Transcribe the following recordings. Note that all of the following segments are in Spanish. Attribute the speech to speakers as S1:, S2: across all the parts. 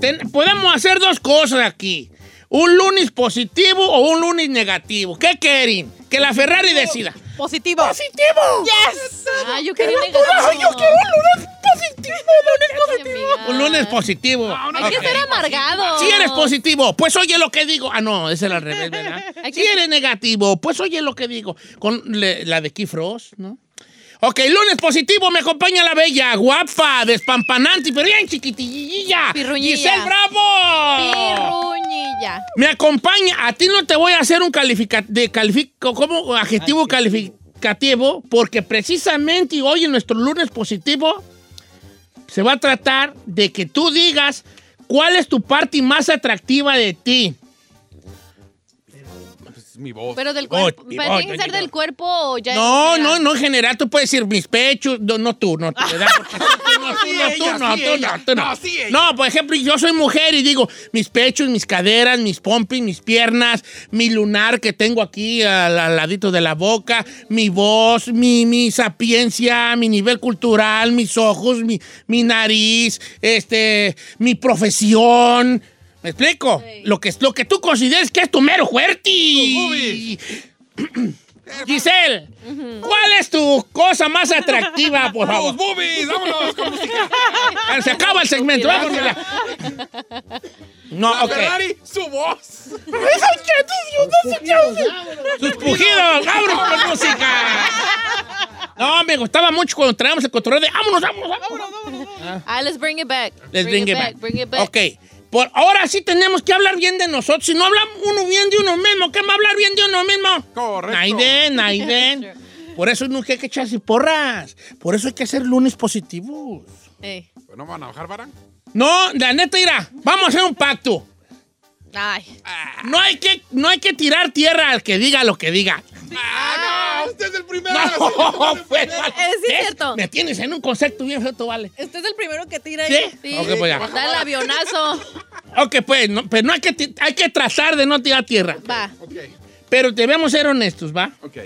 S1: ten- podemos hacer dos cosas aquí. Un lunes positivo o un lunes negativo. ¿Qué quieren? Que la Ferrari decida.
S2: Positivo.
S1: ¡Positivo!
S2: Yes.
S3: Ah, yo quería
S1: Ay, yo
S3: negativo.
S1: quiero un lunes positivo, lunes
S3: Ay,
S1: positivo.
S3: amiga.
S1: Un lunes positivo.
S3: Hay que
S1: Ok.
S3: ser amargado.
S1: Si eres positivo, pues oye lo que digo. Ah, no, es el al revés, ¿verdad?
S3: Hay
S1: si
S3: que-
S1: eres negativo, pues oye lo que digo. Con le- la de Kifros, ¿no? Ok, lunes positivo, me acompaña la bella, guapa, despampanante, pero bien chiquitillilla.
S3: Pirruñilla.
S1: Giselle Bravo.
S3: Pirruñilla.
S1: Me acompaña, a ti no te voy a hacer un califica- de califico, ¿cómo? Adjetivo calificativo, porque precisamente hoy en nuestro lunes positivo se va a tratar de que tú digas cuál es tu parte más atractiva de ti.
S4: Es mi voz.
S3: Pero del
S1: Voy,
S3: cuerpo.
S1: voy,
S3: pero ¿Tiene
S1: voy,
S3: que ser
S1: voy.
S3: del cuerpo o ya?
S1: No,
S3: ya.
S1: no, no, en general tú puedes decir mis pechos, no, no tú, no tú, ¿verdad? Porque tú no, tú no, tú no,
S4: Sí,
S1: tú
S4: ella,
S1: no, tú no.
S4: no, sí, ella.
S1: No, por ejemplo, yo soy mujer y digo mis pechos, mis caderas, mis pompis, mis piernas, mi lunar que tengo aquí al, al ladito de la boca, mi voz, mi, mi sapiencia, mi nivel cultural, mis ojos, mi, mi nariz, este, mi profesión. ¿Me explico? Lo, que, lo que tú consideres que es tu mero fuerte.
S4: hobby.
S1: Giselle, ¿cuál es tu cosa más atractiva, por
S4: ¡Vamos,
S1: favor?
S4: boobies! ¡Vámonos! con música.
S1: Se acaba el segmento, vámonos ya. No, ok.
S4: Ferrari, su voz.
S1: Sus pujidos, vámonos con música. No, me gustaba mucho cuando traíamos el control de vámonos, vámonos, vámonos.
S3: Ah, let's bring it back.
S1: Les bring it back.
S3: Bring it back.
S1: Ok. Por ahora sí tenemos que hablar bien de nosotros. Si no hablamos uno bien de uno mismo, ¿qué va a hablar bien de uno mismo?
S4: Correcto.
S1: Naiden, Naiden. Por eso nunca hay que echarse porras. Por eso hay que hacer lunes positivos.
S3: Ey.
S4: ¿No van a bajar, Barán?
S1: No, la neta irá. Vamos a hacer un pacto.
S3: Ay.
S1: No hay que, no hay que tirar tierra al que diga lo que diga.
S4: ¡Ah, no! ¡Usted es el primero!
S1: No, pues, vale. ¿Ves?
S3: Es cierto.
S1: Me tienes en un concepto bien feo, vale.
S2: Este es el primero que tira
S1: ¿Sí?
S2: ahí.
S3: Sí.
S1: Ok, pues ya.
S3: Da el avionazo.
S1: Ok, pues, no, pero no hay que, ti- hay que tratar de no tirar tierra.
S3: Va.
S4: Ok,
S1: Pero debemos ser honestos, ¿va?
S4: ok.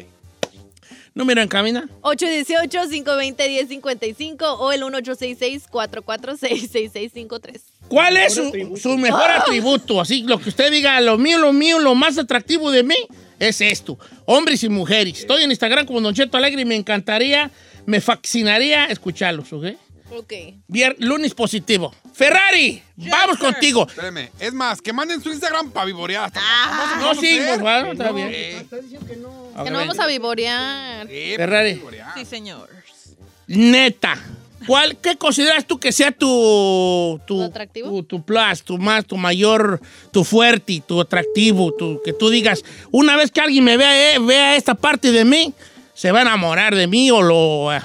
S1: Número en camina.
S3: 818-520-1055 o el 1866-446-6653.
S1: ¿Cuál es su, su mejor atributo? Así, lo que usted diga, lo mío, lo mío, lo más atractivo de mí es esto. Hombres y mujeres. Estoy en Instagram como Don Cheto Alegre y me encantaría, me fascinaría escucharlos, ¿ok?
S2: Ok.
S1: Vier- lunes positivo. Ferrari, vamos
S2: sir.
S1: contigo.
S4: Espérame. Es más, que manden su Instagram para vivorear. Hasta
S1: No, Ah, sí,
S4: ser.
S1: por favor, está bien.
S3: Que no vamos a vivorear.
S4: Sí,
S1: Ferrari.
S4: vivorear.
S2: Sí, señor.
S1: Neta. ¿Cuál, ¿Qué consideras tú que sea tu, tu,
S3: ¿Tu atractivo?
S1: Tu, tu plus, tu más, tu mayor, tu fuerte, tu atractivo, tu, que tú digas, una vez que alguien me vea, eh, vea esta parte de mí, se va a enamorar de mí o lo... eh.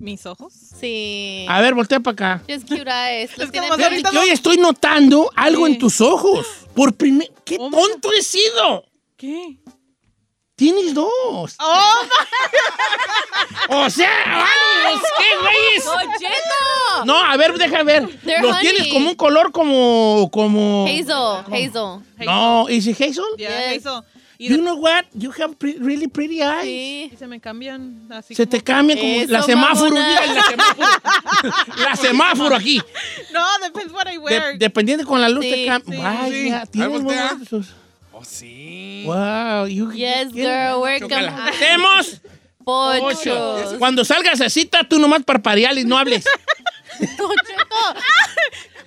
S2: Mis ojos.
S3: Sí.
S1: A ver, voltea para acá.
S3: Just cute eyes. Los
S2: Es que
S3: tiene
S2: nomás
S3: Perry.
S1: Fíjate
S2: ahorita
S1: que
S2: no-
S1: hoy estoy notando algo
S2: Sí.
S1: en tus ojos. Por primer... ¡Qué
S2: Oh, my
S1: tonto he sido!
S2: ¿Qué?
S1: Tienes dos.
S2: ¡Oh!
S1: O sea, vale, ¿qué güeyes?
S3: ¡Don Cheto!
S1: No, a ver, deja ver.
S3: They're
S1: Los
S3: honey.
S1: tienes como un color como... como...
S3: Hazel, Hazel.
S1: No, ¿y si Hazel?
S2: Ya,
S3: Yes.
S2: eso. Y,
S1: You
S2: de-
S1: know what? You have pre- really pretty eyes.
S3: Sí.
S2: y se me cambian así
S1: Se
S2: como-
S1: te cambia como
S3: Eso,
S1: la semáforo.
S3: mamona.
S1: mira, la semáforo. la semáforo aquí.
S2: No, depends what I wear.
S1: De- dependiendo con la luz
S3: Sí,
S1: te
S2: sí,
S1: cambia. Vaya,
S4: sí.
S1: tienes
S4: Ahí voltea.
S1: buenos ojos.
S4: Oh, sí.
S1: Wow, you tienes-
S3: Yes, girl,
S1: Chócala.
S3: welcome.
S1: Hacemos
S3: Pochos.
S1: ocho. Cuando salgas a cita, tú nomás parpadear y no hables.
S3: Don Cheto,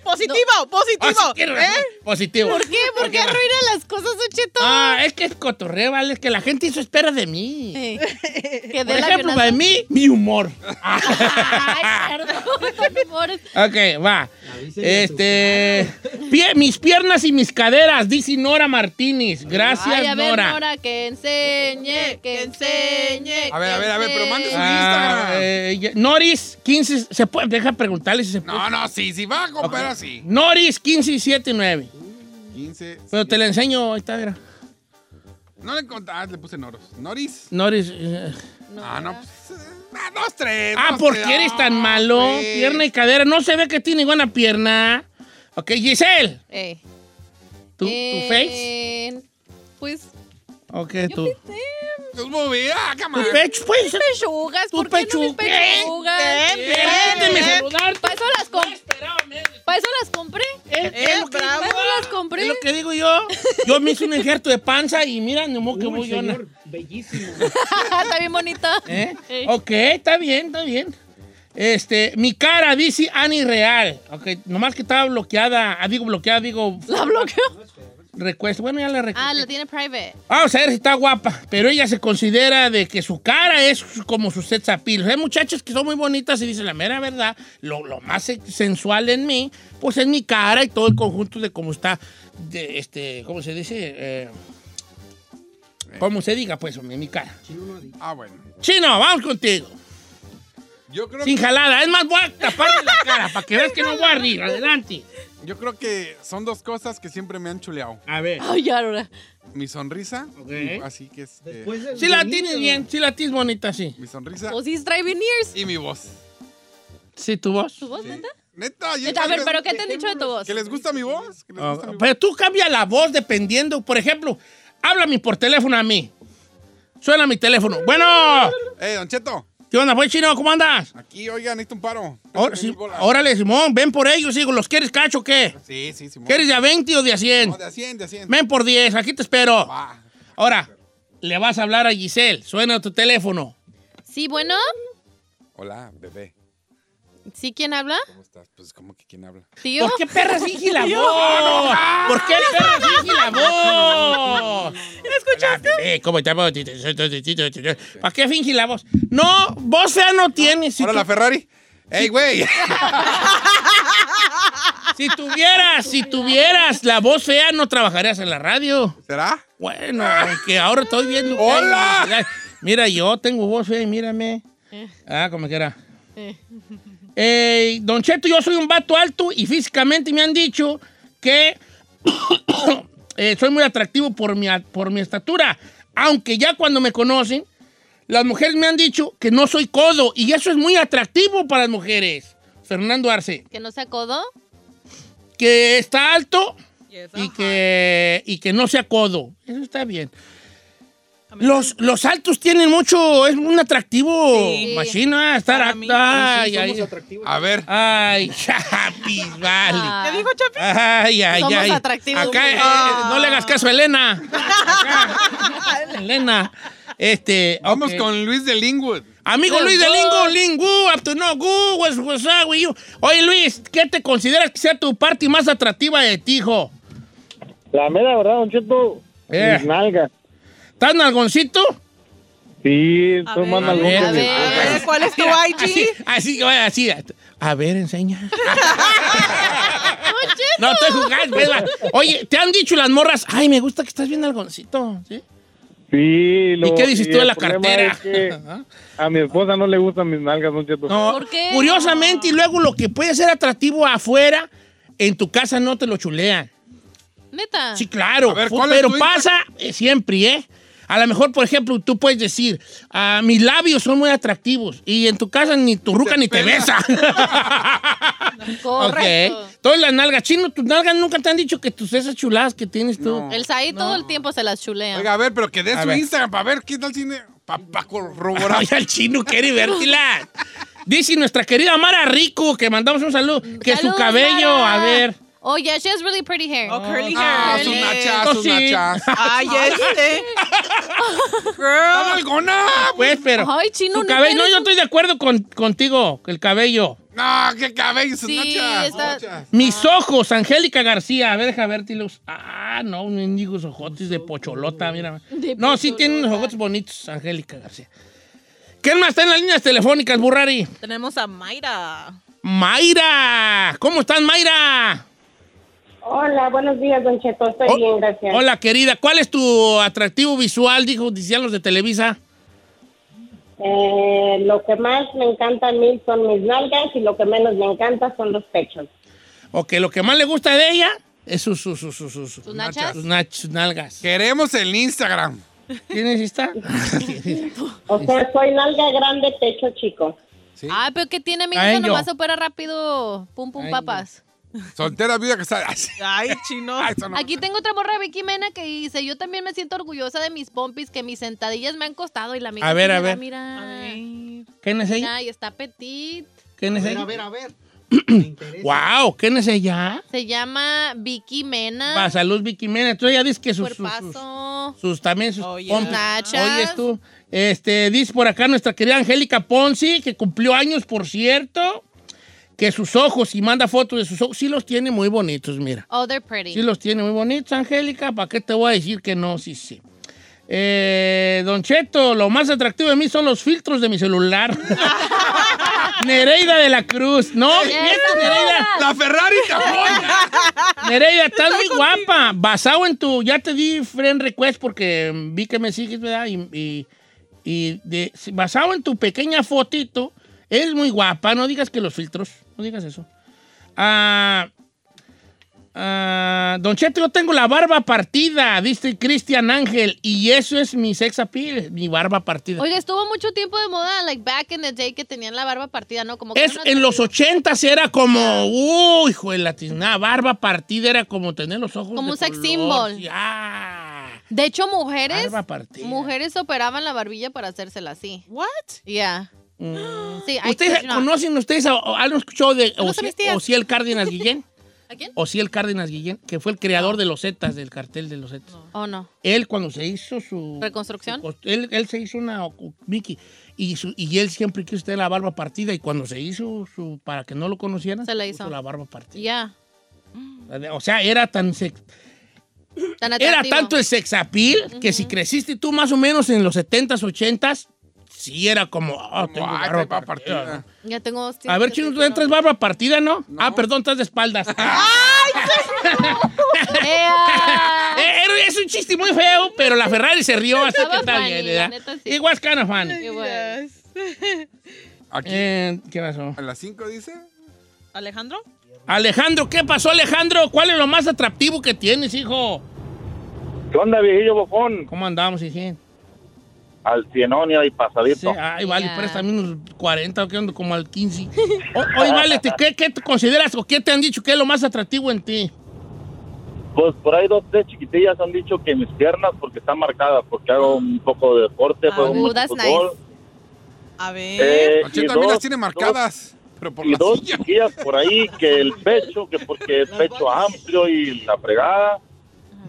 S2: positivo, positivo.
S1: Así que,
S2: ¿Eh?
S1: Positivo.
S3: ¿Por qué? ¿Por qué arruina las cosas, Don Cheto?
S1: Ah, es que es cotorreo, ¿vale? Es que la gente eso espera de mí.
S3: Eh,
S1: Por
S3: Que dé la
S1: ejemplo,
S3: avionazo.
S1: para mí, mi humor.
S3: Ay, perdón, con humores.
S1: Ok, va. Este. pie- mis piernas y mis caderas, dice Nora Martínez. Gracias,
S3: Ay, a ver,
S1: Nora.
S3: Nora. que enseñe, que enseñe.
S4: A ver,
S3: que
S4: a ver, a ver, pero
S3: enseñe.
S4: mande su
S1: Ah,
S4: Instagram.
S1: eh, ya- Noris 15. ¿se puede? Deja preguntarle si se puede.
S4: No, no, sí, sí, va a comprar así.
S1: Noris 1579.
S4: 15.
S1: Pero te la enseño, ahí está, mira.
S4: No le conté. Ah, le puse Noros. Noris.
S1: Noris. eh.
S4: Ah, no, pues. eh, ah, dos, tres.
S1: Ah,
S4: dos,
S1: ¿por
S4: tres.
S1: qué eres
S4: Ah,
S1: tan malo?
S4: pues.
S1: Pierna y cadera. No se ve que tiene buena pierna. Ok, Giselle.
S3: Eh,
S1: ¿Tu, tu
S3: eh,
S1: face?
S3: Pues,
S1: Ok,
S3: yo
S1: tu,
S3: pensé,
S4: Tus boobies. Ah, come
S1: tu
S4: on.
S1: pecho, pues.
S3: pechugas,
S1: Tu Eh,
S3: ¿por qué no mis
S1: pechuga.
S3: pechugas?
S2: Bien, bien.
S1: Permíteme saludarte.
S3: Para eso las
S1: No
S3: compré.
S1: esperaba menos.
S3: Para eso las compré.
S1: Eh,
S2: ¿Eh?
S1: ¿Qué digo yo? Yo me hice un injerto de panza y mira, no modo que
S5: Uy,
S1: voy yo. na-
S5: señor, bellísimo.
S3: Está bien bonita.
S1: ¿Eh?
S3: Ey.
S1: Ok, está bien, está bien. Este, mi cara dice Ani Real. Ok, nomás que estaba bloqueada. Ah, digo bloqueada, digo.
S3: La bloqueó.
S1: Recuesta. Bueno, ya la recuesta.
S3: Ah, la tiene private.
S1: Vamos a ver si está guapa, pero ella se considera de que su cara es como su sex appeal. Hay muchachas que son muy bonitas y dicen la mera verdad, lo, lo más se- sensual en mí, pues es mi cara y todo el conjunto de cómo está, de este, ¿cómo se dice? Eh, ¿Cómo se diga? Pues, hombre, mi cara.
S4: Ah, bueno.
S1: Chino, vamos contigo.
S4: Yo creo,
S1: Sin jalada. Es más, voy a taparle la cara para que veas que no voy a rir. Adelante.
S4: yo creo que son dos cosas que siempre me han chuleado.
S1: A ver.
S3: Ay, ahora.
S4: Mi sonrisa,
S1: Ok.
S4: así que es... eh,
S5: Después del
S1: Si la
S5: bonito.
S1: tienes bien, si la tienes bonita, sí.
S4: mi sonrisa
S3: Pues sí, driving ears.
S4: y mi voz.
S1: Sí, tu voz.
S3: ¿Tu voz, neta?
S4: Neta, yo
S3: A ver,
S4: creo
S3: ¿pero qué te han dicho de tu voz?
S4: que les gusta mi voz. que les
S1: Ah,
S4: gusta mi voz.
S1: pero tú cambia la voz dependiendo. Por ejemplo, háblame por teléfono a mí. Suena mi teléfono. Bueno,
S4: Eh, Don Cheto,
S1: ¿qué onda? Pues chino, ¿cómo andas?
S4: aquí, oigan, necesito un paro.
S1: Ahora,
S4: Mil
S1: sí,
S4: bolas.
S1: órale, Simón, ven por ellos, digo, ¿los quieres cacho o qué?
S4: Sí, sí, Simón.
S1: ¿Quieres de a 20 o de a 100?
S4: No, de a 100, de a 100.
S1: Ven por 10, aquí te espero.
S4: Va.
S1: Ahora, le vas a hablar a Giselle, suena tu teléfono.
S3: Sí, bueno.
S4: Hola, bebé.
S3: ¿Sí quién habla?
S4: ¿Cómo estás? Pues, ¿cómo que quién habla?
S3: ¿Tío?
S1: ¿Por qué perra finge la voz? ¿Por qué perra finge la voz? ¿Escuchaste? ¿Cómo te llamo? ¿Para qué finge la voz? No, voz fea no tienes. Si,
S4: Hola,
S1: tu-
S4: la Ferrari. ¡Ey, güey!
S1: si tuvieras, si tuvieras la voz fea, no trabajarías en la radio.
S4: ¿Será?
S1: Bueno, que ahora estoy viendo. que hay
S4: Hola.
S1: necesidad. Mira, yo tengo voz fea y mírame. Ah, como quiera.
S3: Eh.
S1: Ey, don Cheto, yo soy un vato alto y físicamente me han dicho que eh, soy muy atractivo por mi, por mi estatura. Aunque ya cuando me conocen, las mujeres me han dicho que no soy codo y eso es muy atractivo para las mujeres. Fernando Arce,
S3: ¿Que no se acodó?
S1: que está alto
S2: Yes,
S1: y
S2: ajá.
S1: que, y que no sea codo. Eso está bien.
S2: A mí
S1: Los, los altos tienen mucho, es un atractivo.
S2: Sí.
S1: Machina, estar
S2: Para
S1: alto.
S2: mí.
S1: Ay,
S5: Sí, somos
S1: ay,
S5: atractivos.
S4: A ver.
S1: Ah, ay, chapis, vale.
S3: Ah,
S2: ¿Qué dijo Chapi?
S1: Ay, ay,
S3: Somos
S1: ay.
S3: atractivos.
S1: Acá, eh,
S3: Ah.
S1: no le hagas caso a Elena. Acá. Elena. Este,
S4: Vamos
S1: ok.
S4: con Luis de Lingwood.
S1: Amigo Luis de Lingo, Lingu, up to no gu, what's- what's up with you? Oye, Luis, ¿qué te consideras que sea tu parte más atractiva de ti, hijo?
S6: La mera verdad, Don Cheto,
S1: Eh.
S6: mis nalgas.
S1: ¿Estás nalgoncito?
S6: Sí,
S2: A
S6: son
S2: ver.
S6: más
S2: A
S6: nalgón
S1: ver,
S6: que
S1: a
S6: mi-
S3: ver.
S2: Eh, ¿Cuál es tu
S1: pues, Así,
S2: IG?
S1: así, vaya, así. A ver, enseña. No, estoy jugando. ¿verdad? Oye, te han dicho las morras, ay, me gusta que estás bien algoncito, ¿sí?
S6: Sí, lo-
S1: ¿Y qué dices
S6: y
S1: tú de
S6: el
S1: la
S6: problema
S1: cartera?
S6: es que a mi esposa no le gustan mis nalgas, Don Cheto.
S1: No,
S3: ¿Por qué?
S1: Curiosamente, y luego lo que puede ser atractivo afuera, en tu casa no te lo chulean.
S3: ¿Neta?
S1: Sí, claro.
S4: A ver,
S1: fu-
S4: ¿cuál es
S1: pero
S4: tu Instagram?
S1: pasa eh, siempre, ¿eh? A lo mejor, por ejemplo, tú puedes decir, ah, mis labios son muy atractivos y en tu casa ni tu ruca ni te
S4: pela.
S1: besa.
S3: Correcto.
S1: Ok. Todas las nalgas. Chino, tus nalgas nunca te han dicho que tus esas chuladas que tienes tú.
S4: No.
S3: El Saí todo el tiempo se las chulea.
S4: Oiga, a ver, pero que dé
S1: A
S4: su
S1: ver.
S4: Instagram para ver qué tal cine. Para corroborar.
S1: Ay, al chino quiere vértila. Dice nuestra querida Mara Rico, que mandamos un saludo, que su
S3: Saludos,
S1: cabello,
S3: Mara.
S1: a ver.
S3: Oh, yeah, she has really pretty hair.
S2: Oh, curly
S4: Ah,
S2: hair.
S4: sus
S2: Yes.
S4: nachas, sus
S1: Sí.
S4: nachas.
S2: Ay, este.
S4: ¡Está
S2: Girl.
S4: nalgona!
S1: Pues, pero.
S3: Ay, chino,
S1: su
S3: no
S1: cabello. No,
S3: eres
S1: yo
S3: un-
S1: estoy de acuerdo con- contigo, el cabello.
S4: No, qué cabello, sus
S3: Sí,
S4: nachas. sus
S3: está-
S4: nachas.
S1: Mis
S3: Ah.
S1: ojos, Angélica García. A ver, deja vértilos. Ah, no, un mendigos ojotes de pocholota, mira.
S3: De
S1: No, sí
S3: pocholota.
S1: tiene unos ojotes bonitos, Angélica García. ¿Quién más está en las líneas telefónicas, Burrari?
S2: Tenemos a Mayra.
S1: Mayra. ¿Cómo estás, Mayra?
S7: Hola, buenos días, Don Cheto. Estoy
S1: Oh,
S7: bien, gracias.
S1: Hola, querida. ¿Cuál es tu atractivo visual? Dijo, decían los de Televisa.
S7: Eh, lo que más me encanta a mí son mis nalgas y lo que menos me encanta son los pechos.
S1: O que lo que más le gusta de ella es sus, sus, sus, sus, sus,
S3: ¿Sus nachas?
S1: sus nach- sus nalgas.
S4: Queremos el Instagram.
S1: ¿Tienes esta?
S7: O sea, soy nalga grande, techo chico.
S3: Ay, pero ¿qué tiene, mi
S1: Ay,
S3: hija?
S1: yo.
S3: Nomás opera rápido. Pum, pum,
S1: Ay,
S3: papas.
S4: Soltera viuda que está. Ay, sí.
S2: Ay, chino.
S4: Ay, eso no-
S3: Aquí tengo otra morra, Vicky Mena, que dice, yo también me siento orgullosa de mis pompis, que mis sentadillas me han costado y la amiga
S1: A ver,
S3: sí
S1: a
S3: me da,
S1: ver.
S3: Mira,
S2: Ay.
S1: ¿Quién es ella?
S3: mira, y está petit.
S1: ¿Quién
S5: A
S1: es
S5: ver,
S1: ella?
S5: a ver, a ver.
S1: ¡Wow! ¿Quién es ella?
S3: Se llama Vicky Mena.
S1: Para salud, Vicky Mena. Entonces ella dice que sus, sus, sus,
S3: Cuerpazo.
S1: sus- también sus
S2: Oh, yeah.
S1: pompis.
S3: Nachas.
S1: Oyes tú. Este, dice por acá nuestra querida Angélica Ponzi, que cumplió años, por cierto, que sus ojos, y manda fotos de sus ojos, sí los tiene muy bonitos, mira.
S3: Oh, they're pretty.
S1: Sí los tiene muy bonitos, Angélica. ¿Para qué te voy a decir que no? Sí, sí. Eh, don Cheto, lo más atractivo de mí son los filtros de mi celular. Nereida de la Cruz. No,
S3: Esa
S1: miento, Nereida.
S4: La Ferrari te
S1: Eh.
S4: apoya.
S1: Nereida, estás muy guapa. Basado en tu. Ya te di friend request porque mm, vi que me sigues, ¿verdad? Y, y- y de- si- basado en tu pequeña fotito, eres muy guapa. No digas que los filtros. No digas eso. Ah. ah, don Cheto, yo tengo la barba partida, dice Cristian Ángel, y eso es mi sex appeal, mi barba partida.
S3: Oiga, estuvo mucho tiempo de moda, like back in the day, que tenían la barba partida, ¿no? Como que
S1: Es,
S3: era
S1: en los
S3: atractivo.
S1: ochentas era como, uy, hijo de la tiznada, barba partida era como tener los ojos
S3: Como
S1: de
S3: un sex
S1: color,
S3: symbol.
S1: sí, ah,
S3: De hecho, mujeres,
S1: barba partida.
S3: mujeres operaban la barbilla para hacérsela así.
S2: What?
S3: Yeah. Sí, I kid
S1: Mm. ¿Ustedes
S3: you not.
S1: conocen ustedes a- a- algo escuchado de
S2: No son mis tías.
S1: Ociel Cárdenas Guillén?
S3: ¿A quién?
S1: Ociel Cárdenas Guillén, que fue el creador de los Zetas, del cartel de los Zetas.
S3: Oh, no.
S1: Él cuando se hizo su...
S3: ¿Reconstrucción?
S1: su cost- él, él se hizo una o- Mickey y, su- y él siempre quiso tener la barba partida y cuando se hizo su... para que no lo conocieran,
S3: Se la
S1: se
S3: hizo.
S1: puso la barba partida.
S3: Yeah.
S1: O sea, era tan sex-
S3: Tan
S1: era
S3: atractivo.
S1: tanto el sex appeal que si creciste tú más o menos en los 70s, 80s, sí era como, ah, tengo
S4: Ay,
S1: barba
S4: barba
S1: partida.
S4: partida.
S3: Ya tengo dos
S1: A ver, Chino, ¿tú entras barba partida, no? Ah, perdón, estás de espaldas. Ah,
S3: ¡Ea!
S1: Eh, era- es un chiste muy feo, pero la Ferrari se rió, así que
S3: Estaba
S1: está
S3: funny,
S1: bien,
S3: la
S1: ¿verdad?
S3: neta, sí.
S1: It was kind of funny.
S3: Qué bueno.
S4: Aquí.
S1: Eh, ¿Qué pasó?
S4: A las 5 dice.
S2: ¿Alejandro?
S1: Alejandro, ¿qué pasó, Alejandro? ¿Cuál es lo más atractivo que tienes, hijo?
S6: ¿Qué onda, viejillo bofón?
S1: ¿Cómo andamos, hijín?
S6: Al cienonio y
S1: Sí,
S6: pasadito.
S1: ay, vale,
S3: Ya.
S1: préstame unos 40, ¿qué onda? Como al 15. O- Oye, vale, te- ¿qué, ¿qué te consideras o qué te han dicho que es lo más atractivo en ti?
S6: Pues por ahí dos, tres chiquitillas han dicho que mis piernas porque están marcadas, porque hago un poco de deporte,
S2: Ah,
S6: juego mucho
S3: that's
S6: fútbol.
S2: A ver.
S6: Eh, y
S4: Ochenta mil
S6: dos-
S4: las tiene marcadas. Pero por
S6: y
S4: la
S6: dos
S4: silla.
S6: chiquillas por ahí que el pecho, que porque el pecho amplio y la fregada,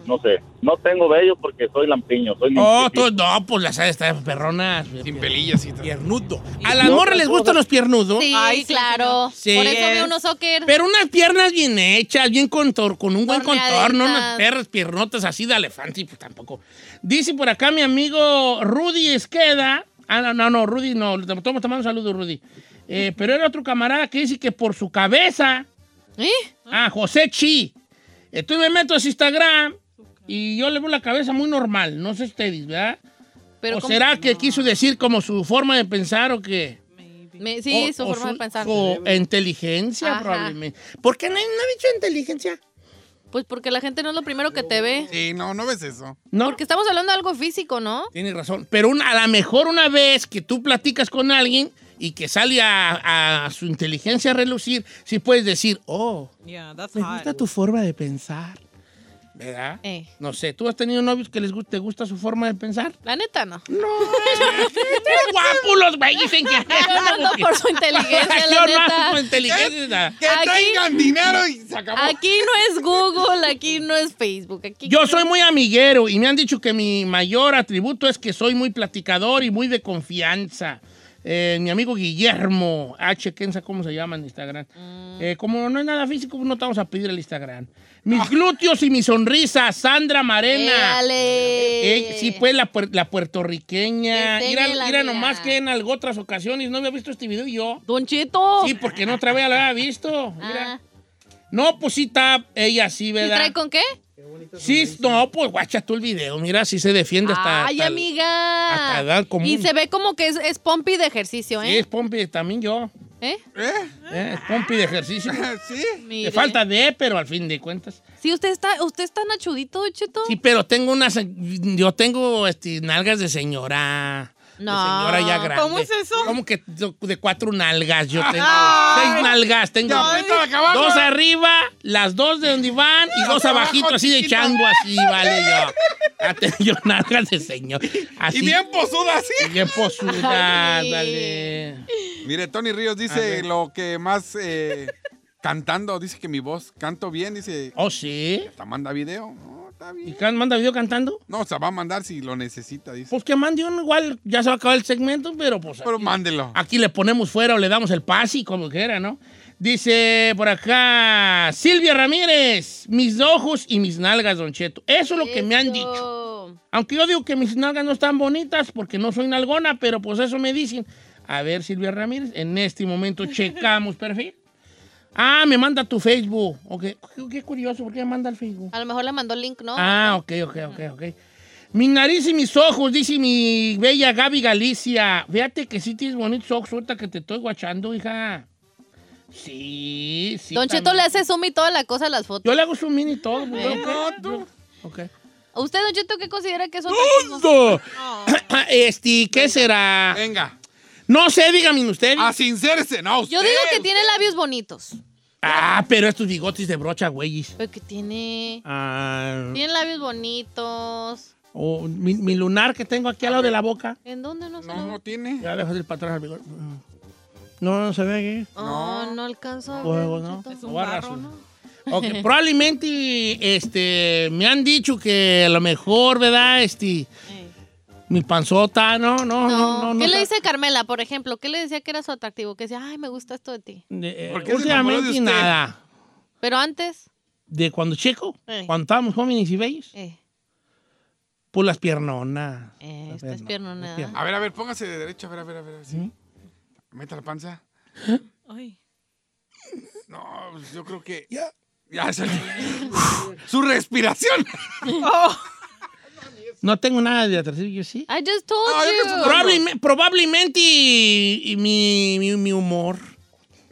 S6: no sé. No tengo vello porque soy lampiño, soy
S1: Oh,
S6: limpiecito.
S1: tú- no, pues las estas perronas.
S4: Sin pelillas y todo.
S1: Piernudo. A las morras les gustan los piernudos.
S3: Sí,
S2: Ay, sí,
S3: claro.
S1: sí, no.
S3: Por
S1: Sí.
S3: eso veo unos soccer.
S1: Pero unas piernas bien hechas, bien contor, con un buen
S3: Torneaditas.
S1: contorno, unas perras piernotas así de elefante, pues tampoco. Dice por acá mi amigo Rudy Esqueda. Ah, no, no, no, Rudy no, le estamos tomando un saludo, Rudy. Eh, pero era otro camarada que dice que por su cabeza,
S3: ¿Eh?
S1: ah, José Chi. Entonces me meto a su Instagram y yo le veo la cabeza muy normal, no sé ustedes, ¿verdad?
S3: Pero
S1: ¿O
S3: ¿cómo?
S1: será que quiso decir como su forma de pensar o qué?
S3: Me- sí,
S1: O-
S3: su
S1: o
S3: forma de pensar.
S1: O inteligencia,
S3: Ajá.
S1: probablemente. ¿Por qué no, no ha dicho inteligencia?
S3: Pues porque la gente no es lo primero que te ve.
S4: Sí, no, no ves eso.
S1: No,
S3: Porque estamos hablando de algo físico, ¿no?
S1: tienes razón. Pero una- a lo mejor una vez que tú platicas con alguien y que sale a, a su inteligencia a relucir, sí puedes decir, oh,
S2: Yeah, that's
S1: me
S2: hot.
S1: gusta tu forma de pensar. ¿Verdad?
S3: Eh.
S1: No sé, ¿tú has tenido novios que les gu- te gusta su forma de pensar?
S3: La neta, no.
S1: ¡Qué guapos los güeyes! Dicen que
S3: Yo no ando por su inteligencia, la
S1: Yo no ando por
S3: neta.
S1: inteligencia.
S4: Que
S3: Aquí-
S4: tengan dinero y se acabó.
S3: Aquí no es Google, aquí no es Facebook. Aquí
S1: Yo soy muy amiguero y me han dicho que mi mayor atributo es que soy muy platicador y muy de confianza. Eh, mi amigo Guillermo H. Kenza, ¿cómo se llama en Instagram?
S3: Mm.
S1: Eh, como no es nada físico, pues no te vamos a pedir el Instagram. Mis glúteos y mi sonrisa, Sandra Marena.
S3: Dale.
S1: Eh, sí, pues la, puer- la puertorriqueña. Mira,
S3: Enséñela,
S1: mira
S3: mira.
S1: nomás que en algo otras ocasiones no había visto este video yo.
S3: Don Cheto.
S1: Sí, porque no otra vez la había visto.
S3: Oh. Ah,
S1: Mira. No, pues sí está ella sí,
S3: ¿sí
S1: ¿verdad?
S3: trae con qué?
S1: Sí, no, pues guacha tú el video. Mira, si se defiende hasta.
S3: Ay,
S1: hasta-
S3: amiga.
S1: hasta edad común.
S3: Y se ve como que es, es pompi de ejercicio,
S1: Sí, es
S3: ¿eh?
S1: pompi, también yo.
S3: ¿Eh?
S4: ¿Eh?
S1: eh, es pompi de ejercicio.
S4: ¿Sí?
S1: Te
S3: Mire.
S1: falta de, pero al fin de cuentas.
S3: Sí, usted está, usted está nachudito, Don Cheto.
S1: Sí, pero tengo unas. Yo tengo este, nalgas de señora. de
S3: No.
S1: señora ya grande.
S2: ¿Cómo es eso?
S1: Como que de cuatro nalgas yo tengo.
S2: Ay.
S1: Seis nalgas tengo.
S4: Ya, apriétala acá abajo.
S1: Dos arriba, las dos de donde van y dos
S4: Hacia abajo,
S1: abajito, así de
S4: chiquito.
S1: chango, así, vale yo. Ya tengo yo nalgas de señor. Así.
S4: Y bien posuda, sí.
S1: Y bien posuda,
S3: Ay.
S1: dale.
S4: Mire, Tony Ríos
S1: A
S4: dice
S1: ver.
S4: lo que más eh, Cantando, dice que mi voz canto bien, dice.
S1: ¿Oh, sí?
S4: Hasta manda video. No, está
S1: ¿Y
S4: bien.
S1: can- manda video cantando?
S4: No, se va a mandar si lo necesita, dice.
S1: Pues que mande uno, igual ya se va a acabar el segmento, pero pues
S4: Pero
S1: aquí,
S4: mándelo.
S1: aquí le ponemos fuera o le damos el pase, como quiera, ¿no? Dice por acá, Silvia Ramírez, mis ojos y mis nalgas, Don Cheto. Eso es lo que me han dicho.
S3: dicho.
S1: Aunque yo digo que mis nalgas no están bonitas porque no soy nalgona, pero pues eso me dicen. A ver, Silvia Ramírez, en este momento checamos perfil. Ah, me manda tu Facebook. Ok, Qué- Qué curioso, ¿por qué me manda el Facebook?
S3: A lo mejor le mandó el link, ¿no?
S1: Ah, ok, ok, ok, ok. Mi nariz y mis ojos, dice mi bella Gaby Galicia. Fíjate que sí tienes bonitos ojos, ahorita que te estoy guachando, hija. Sí, sí.
S3: Don Cheto
S1: también.
S3: le hace zoom y toda la cosa a las fotos.
S1: Yo le hago su mini todo. güey.
S3: Eh.
S1: No, tú. Ok.
S3: ¿A ¿Usted, Don Cheto, qué considera que son
S1: Todo. Este, ¿qué será?
S4: Venga.
S1: No sé, díganme ustedes.
S4: A sincerse. No, usted.
S3: Yo digo que tiene labios bonitos.
S1: Ah, pero estos bigotes de brocha, güeyes.
S3: Pero que tiene.
S1: Ah,
S3: Tiene labios bonitos.
S1: oh, mi, mi lunar que tengo aquí al lado de la boca.
S3: ¿En dónde no sé?
S4: No, no tiene.
S1: Ya dejo ir para atrás al bigote. No, no se ve ¿eh? aquí.
S3: Oh, no alcanzo a ver.
S1: Huevo,
S3: don
S1: ¿no?
S3: Cheto.
S2: Es un
S1: Voy a
S2: barro,
S1: rasurar.
S2: ¿no?
S1: Ok, probablemente este, me han dicho que a lo mejor, ¿verdad? Este,
S2: Ey.
S1: mi panzota, no, no, no, no. no,
S3: ¿Qué le
S1: sa-
S3: dice Carmela, por ejemplo? ¿Qué le decía que era su atractivo? Que decía, ay, me gusta esto de ti.
S1: Eh,
S4: ¿Por qué se enamoró de
S1: últimamente
S4: usted?
S1: nada.
S3: Pero antes,
S1: De cuando chico,
S3: Eh.
S1: cuando estábamos jóvenes y bellos,
S3: eh,
S1: pues las piernonas.
S3: eh,
S1: Las
S3: usted es
S1: las
S3: piernonada.
S1: piernas.
S4: A ver, a ver, póngase de derecho. A ver, a ver, a ver. Sí. Meta la panza.
S2: Ay.
S4: No, pues, yo creo que. Ya. Ya se- Su respiración.
S2: Oh.
S1: No tengo nada de atractivo, yo sí.
S3: I just told
S4: Ah, yo que
S3: you.
S4: fue-
S1: Probableme- probablemente y- y mi, mi- mi humor.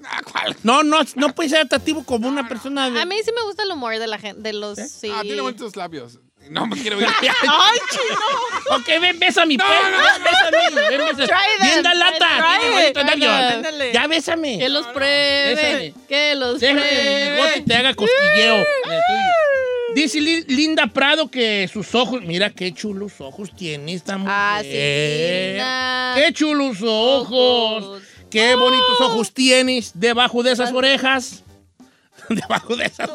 S4: Ah, ¿cuál?
S1: No, no, no puede ser atractivo como una persona de...
S3: A mí sí me gusta el humor de la gente, de los...
S1: ¿Eh?
S3: Sí.
S4: Ah, tiene bonitos labios. No me quiero ir.
S1: ¡Ay, chino! Ok, ven, bésame. No,
S4: no, no.
S1: bésame. Ven, bésame.
S3: Try them,
S1: Bien da lata.
S3: try
S1: tiene
S3: it,
S1: bonito
S3: try
S1: labio.
S2: them.
S1: Ya bésame.
S3: Que los pruebe.
S1: Bésame.
S3: Que los
S1: Deja que mi bigote
S3: pruebe.
S1: te haga cosquilleo. en el tuyo. Dice Li- Linda Prado que sus ojos... Mira qué chulos ojos tiene esta mujer.
S3: Ah, sí, linda.
S1: Qué chulos ojos.
S3: Ojos. Ah.
S1: Qué bonitos ojos tienes debajo de esas orejas. debajo de esas...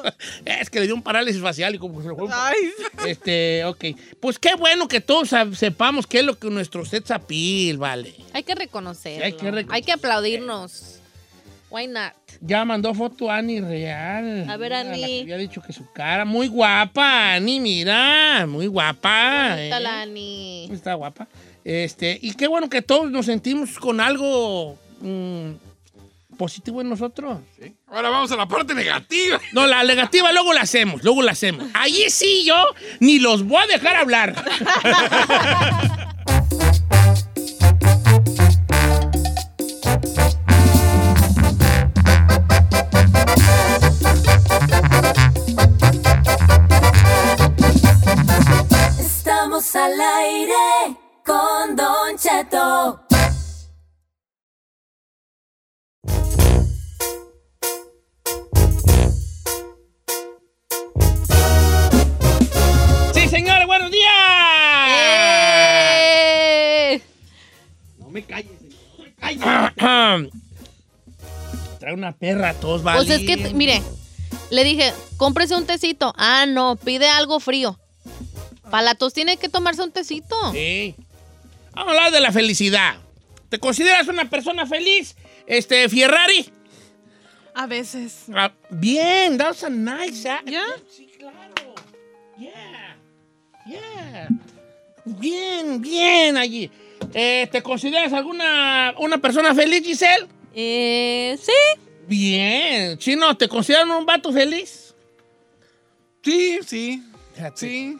S1: Es que le dio un parálisis facial y como que se lo fue un
S3: Ah.
S2: Ay.
S1: este, ok. Pues qué bueno que todos sab- sepamos qué es lo que nuestro set appeal, vale.
S3: Hay que reconocerlo.
S1: Sí, hay
S3: hay,
S1: que
S3: que
S1: reconocer.
S3: aplaudirnos. Why not?
S1: Ya mandó foto Ani Real.
S3: A ver,
S1: Mira, la
S3: Ani.
S1: que había dicho que su cara. Muy guapa, Ani, mira. Muy guapa. eh.
S3: Talani.
S1: Está guapa. Este, y qué bueno que todos nos sentimos con algo mm, positivo en nosotros.
S4: Sí. Ahora vamos a la parte negativa.
S1: No, la negativa luego la hacemos, luego la hacemos. Allí sí yo ni los voy a dejar hablar.
S5: Estamos al aire con Don Cheto.
S1: Sí, señores, buenos días. Ah.
S3: ¡Eh!
S1: Trae una perra, todos vale.
S3: Pues es que, t- mire, le dije, cómprese un tecito. Ah, no, pide algo frío. Para la tos tiene que tomarse un tecito.
S1: Sí. Vamos a hablar de la felicidad. ¿Te consideras una persona feliz? Este, Ferrari.
S2: A veces.
S1: Ah, bien, that's a nice. a-
S2: ¿Ya?
S1: Sí, claro. Yeah. Yeah. Bien, bien allí. Eh, ¿Te consideras alguna una persona feliz, Giselle?
S3: Eh, sí.
S1: Bien. Chino, ¿te consideran un vato feliz?
S4: Sí, sí.
S1: Fíjate.
S4: Sí.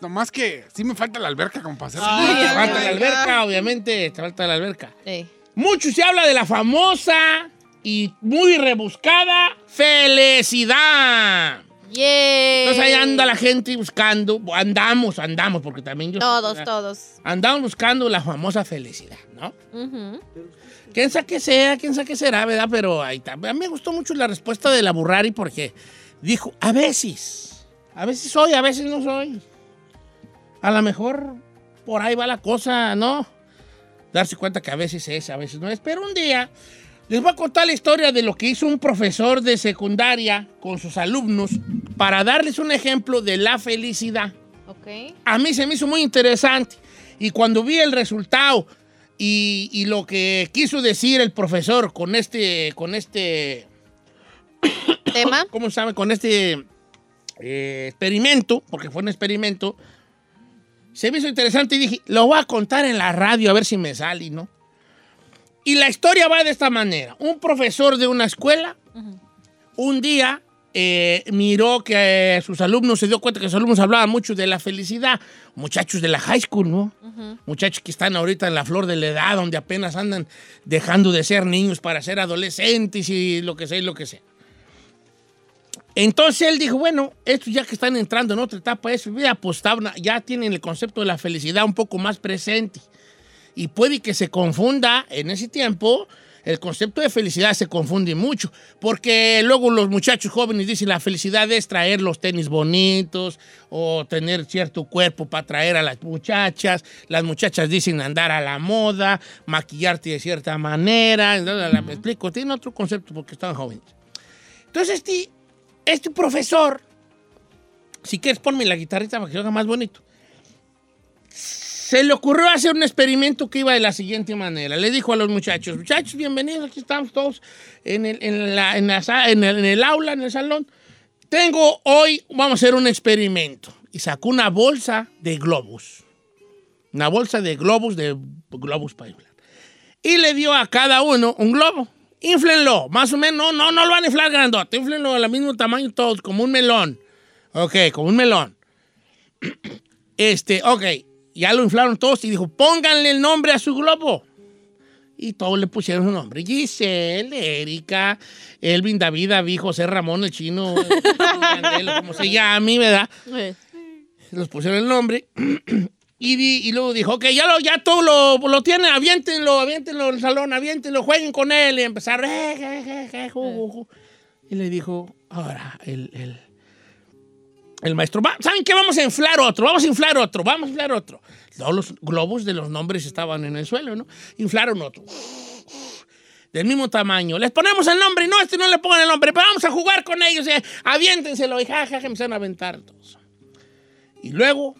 S4: Nomás que sí me falta la alberca como para hacer.
S1: Y te
S2: ay,
S1: falta
S2: ay,
S1: la
S2: ay.
S1: alberca, obviamente, te falta la alberca.
S3: Eh,
S1: Mucho se habla de la famosa y muy rebuscada felicidad.
S3: yeah.
S1: Entonces ahí anda la gente buscando, andamos, andamos, porque también yo...
S3: Todos, todos.
S1: Andamos buscando la famosa felicidad, ¿no?
S3: Ujú.
S1: Quién sabe qué sea, quién sabe qué será, ¿verdad? Pero ahí está. A mí me gustó mucho la respuesta de la Burrari porque dijo, a veces, a veces soy, a veces no soy. A lo mejor por ahí va la cosa, ¿no? Darse cuenta que a veces es, a veces no es. Pero un día Les voy a contar la historia de lo que hizo un profesor de secundaria con sus alumnos para darles un ejemplo de la felicidad.
S3: Ok.
S1: A mí se me hizo muy interesante y cuando vi el resultado y, y lo que quiso decir el profesor con este, con este,
S3: ¿Tema?
S1: ¿cómo se llama? Con este eh, experimento, porque fue un experimento, se me hizo interesante y dije, lo voy a contar en la radio a ver si me sale, ¿no? Y la historia va de esta manera. Un profesor de una escuela, un día eh, miró que eh, sus alumnos, se dio cuenta que sus alumnos hablaban mucho de la felicidad, muchachos de la high school, ¿no? Muchachos que están ahorita en la flor de la edad, donde apenas andan dejando de ser niños para ser adolescentes y lo que sea, y lo que sea. Entonces él dijo, bueno, estos ya que están entrando en otra etapa de su vida, pues tabla- ya tienen el concepto de la felicidad un poco más presente. Y puede que se confunda en ese tiempo, el concepto de felicidad se confunde mucho, porque luego los muchachos jóvenes dicen la felicidad es traer los tenis bonitos o tener cierto cuerpo para atraer a las muchachas, las muchachas dicen andar a la moda, maquillarte de cierta manera, Entonces, me explico, tienen otro concepto porque están jóvenes. Entonces este, este profesor, si quieres ponme la guitarrita para que se haga más bonito. Se le ocurrió hacer un experimento que iba de la siguiente manera. Le dijo a los muchachos, muchachos, bienvenidos, aquí estamos todos en el, en la- en la sa- en el- en el aula, en el salón. Tengo hoy, vamos a hacer un experimento. Y sacó una bolsa de globos. Una bolsa de globos, de globos para inflar. Y le dio a cada uno un globo. Inflenlo, más o menos, no, no, no lo van a inflar grandote. Inflenlo del mismo tamaño todos, como un melón. Ok, como un melón. Este, ok, ya lo inflaron todos y dijo, pónganle el nombre a su globo. Y todos le pusieron su nombre. Giselle, Erika, Elvin, David, David, José Ramón, el chino, eh, Candelo, como se llame, ¿verdad? Los pusieron el nombre. Y, di- y luego dijo, ok, ya, lo, ya todo lo, lo tienen, aviéntenlo, aviéntenlo en el salón, aviéntenlo, jueguen con él. Y empezaron, eh, je, je, je, ju, ju, ju. Y le dijo, ahora, el, el, el maestro, "Va- ¿saben qué? Vamos a inflar otro, vamos a inflar otro, vamos a inflar otro. Todos los globos de los nombres estaban en el suelo, ¿no? Inflaron otro. Del mismo tamaño. Les ponemos el nombre, no, este no le pongan el nombre, pero vamos a jugar con ellos, eh, aviéntenselo. Y jajaja, empezaron a aventar todos. Y luego,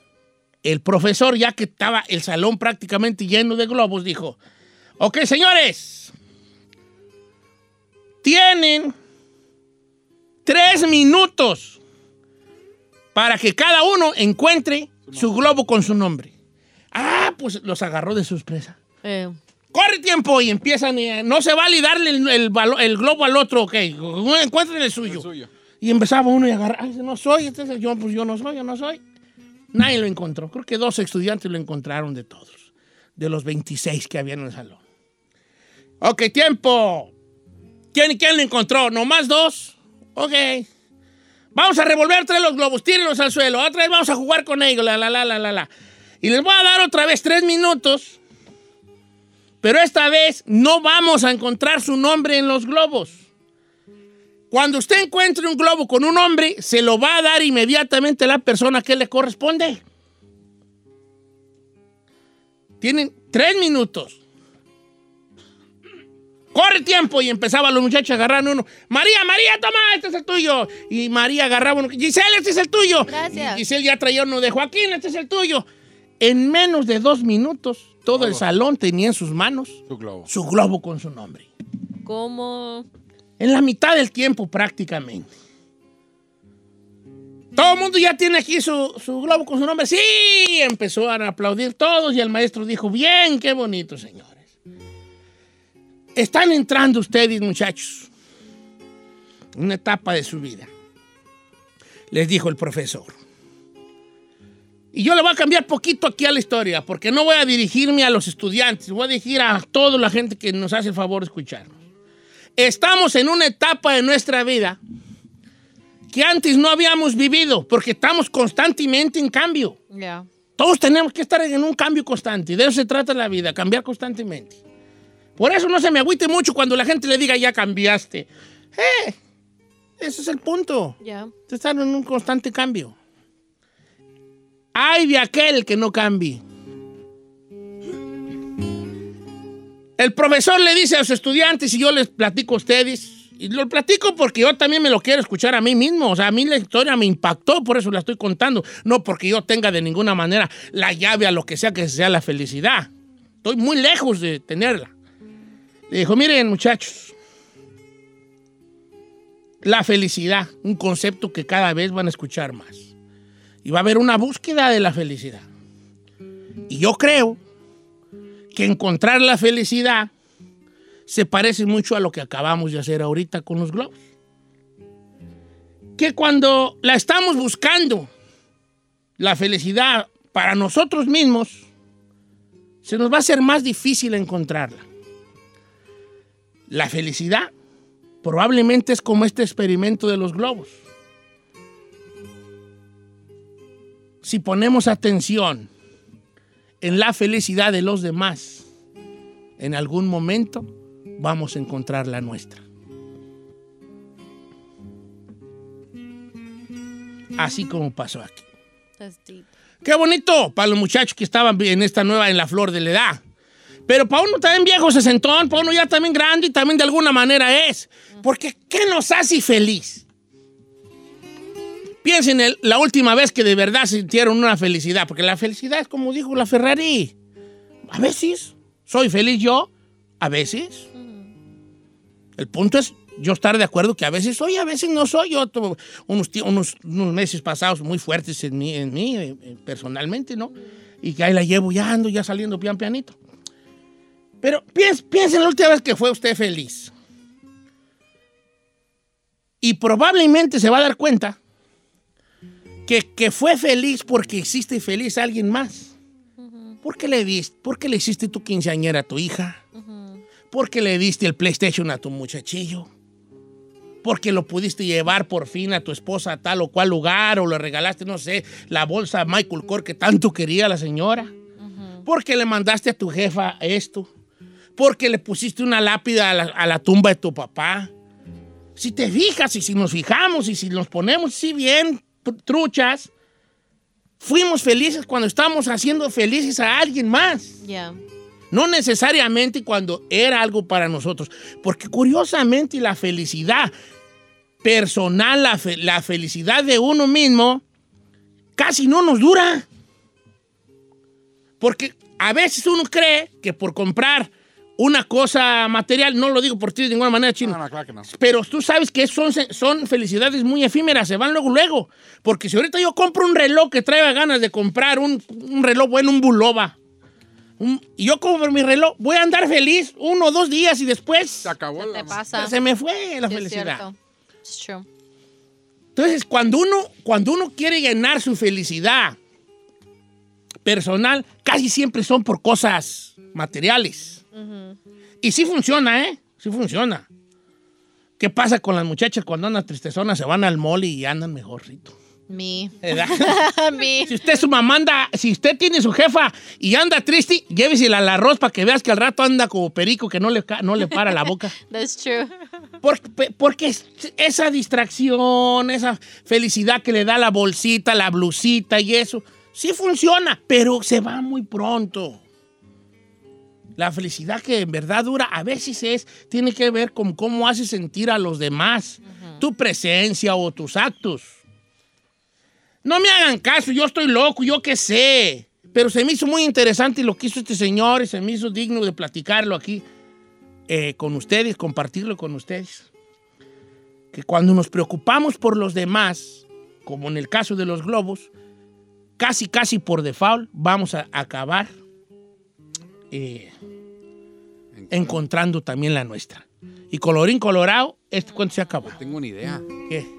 S1: el profesor, ya que estaba el salón prácticamente lleno de globos, dijo, ok, señores, tienen tres minutos para que cada uno encuentre su globo con su nombre. Ah, pues los agarró de sorpresa.
S3: Eh,
S1: Corre tiempo y empiezan. eh, no se vale darle el, el balo- el globo al otro, ok. Encuentren el suyo.
S4: El suyo.
S1: Y empezaba uno y agarraba, "Ay, no soy, este es el- yo, pues yo no soy, yo no soy. Nadie lo encontró. Creo que dos estudiantes lo encontraron de todos, de los 26 que había en el salón. Ok, tiempo. ¿Quién, quién lo encontró? ¿Nomás dos? Ok. Vamos a revolver tres los globos, tírenlos al suelo. Otra vez vamos a jugar con ellos, la, la, la, la, la, la. Y les voy a dar otra vez tres minutos. Pero esta vez no vamos a encontrar su nombre en los globos. Cuando usted encuentre un globo con un nombre, se lo va a dar inmediatamente a la persona que le corresponde. Tienen tres minutos. Corre tiempo y empezaba los muchachos a agarrar uno. María, María, toma, este es el tuyo. Y María agarraba uno. Giselle, este es el tuyo.
S3: Gracias.
S1: Y Giselle ya traía uno de Joaquín, este es el tuyo. En menos de dos minutos, todo el salón tenía en sus manos
S4: Su globo.
S1: su globo con su nombre.
S3: ¿Cómo?
S1: En la mitad del tiempo prácticamente. Todo el mundo ya tiene aquí su, su globo con su nombre. Sí, empezó a aplaudir todos y el maestro dijo, bien, qué bonito, señores. Están entrando ustedes, muchachos, en una etapa de su vida. Les dijo el profesor. Y yo le voy a cambiar poquito aquí a la historia, porque no voy a dirigirme a los estudiantes, voy a dirigir a toda la gente que nos hace el favor de escucharnos estamos en una etapa de nuestra vida que antes no habíamos vivido, porque estamos constantemente en cambio.
S3: Ya.
S1: Todos tenemos que estar en un cambio constante. De eso se trata la vida, cambiar constantemente. Por eso no se me agüite mucho cuando la gente le diga, ya cambiaste. ¡Eh! Ese es el punto.
S3: Ya.
S1: Están en un constante cambio. Hay de aquel que no cambie. El profesor le dice a los estudiantes y yo les platico a ustedes. Y lo platico porque yo también me lo quiero escuchar a mí mismo. O sea, a mí la historia me impactó, por eso la estoy contando. No porque yo tenga de ninguna manera la llave a lo que sea que sea la felicidad. Estoy muy lejos de tenerla. Le dijo, miren muchachos, la felicidad, un concepto que cada vez van a escuchar más. Y va a haber una búsqueda de la felicidad. Y yo creo que encontrar la felicidad se parece mucho a lo que acabamos de hacer ahorita con los globos. Que cuando la estamos buscando, la felicidad para nosotros mismos, se nos va a ser más difícil encontrarla. La felicidad probablemente es como este experimento de los globos. Si ponemos atención en la felicidad de los demás, en algún momento vamos a encontrar la nuestra. Así como pasó aquí.
S3: That's deep.
S1: Qué bonito para los muchachos que estaban en esta nueva, en la flor de la edad. Pero para uno también viejo sesentón, para uno ya también grande y también de alguna manera es. Porque ¿qué nos hace feliz? Piensen en el- la última vez que de verdad sintieron una felicidad, porque la felicidad es como dijo la Ferrari. A veces soy feliz yo, a veces. El punto es yo estar de acuerdo que a veces soy, a veces no soy. Yo tuve unos, ti- unos, unos meses pasados muy fuertes en mí, en mí eh, eh, personalmente, ¿no? Y que ahí la llevo, ya ando, ya saliendo pian pianito. Pero piense, piense en la última vez que fue usted feliz. Y probablemente se va a dar cuenta que, que fue feliz porque hiciste feliz a alguien más. ¿Por qué le diste? ¿Por qué le hiciste tu quinceañera a tu hija? ¿Por qué le diste el PlayStation a tu muchachillo? ¿Por qué lo pudiste llevar por fin a tu esposa a tal o cual lugar? ¿O le regalaste, no sé, la bolsa Michael Kors que tanto quería la señora? Porque le mandaste a tu jefa esto. Porque le pusiste una lápida a la, a la tumba de tu papá. Si te fijas y si nos fijamos y si nos ponemos si bien tr- truchas, fuimos felices cuando estamos haciendo felices a alguien más.
S3: Yeah.
S1: No necesariamente cuando era algo para nosotros. Porque curiosamente la felicidad personal, la, fe- la felicidad de uno mismo, casi no nos dura. Porque a veces uno cree que por comprar una cosa material, no lo digo por ti de ninguna manera, chino.
S4: No, no, claro que no.
S1: Pero tú sabes que son, son felicidades muy efímeras, se van luego, luego. Porque si ahorita yo compro un reloj que traiga ganas de comprar un, un reloj bueno, un buloba, un- y yo compro mi reloj, voy a andar feliz uno o dos días y después
S4: Se acabó
S3: ¿Qué
S4: la
S3: te pasa?
S1: se me fue pues, la
S3: Sí, es
S1: felicidad.
S3: cierto. It's true.
S1: Entonces, cuando uno, cuando uno quiere llenar su felicidad personal, casi siempre son por cosas materiales. Y sí funciona, ¿eh? Sí funciona. ¿Qué pasa con las muchachas cuando andan tristezonas? Se van al mall y andan mejorcito.
S3: Me.
S1: ¿Verdad?
S3: Me.
S1: si usted su mamá anda, si usted tiene su jefa y anda triste, llévesela al arroz para que veas que al rato anda como perico que no le, ca- no le para la boca.
S3: That's true.
S1: Porque, pe- porque es- esa distracción, esa felicidad que le da la bolsita, la blusita y eso, sí funciona, pero se va muy pronto. La felicidad que en verdad dura a veces es, tiene que ver con cómo hace sentir a los demás, tu presencia o tus actos. No me hagan caso, yo estoy loco, yo qué sé. Pero se me hizo muy interesante lo que hizo este señor y se me hizo digno de platicarlo aquí eh, con ustedes, compartirlo con ustedes. Que cuando nos preocupamos por los demás, como en el caso de los globos, casi, casi por default vamos a acabar eh, encontrando también la nuestra. Y colorín colorado, este cuento se acabó.
S4: Tengo una idea.
S1: ¿Qué?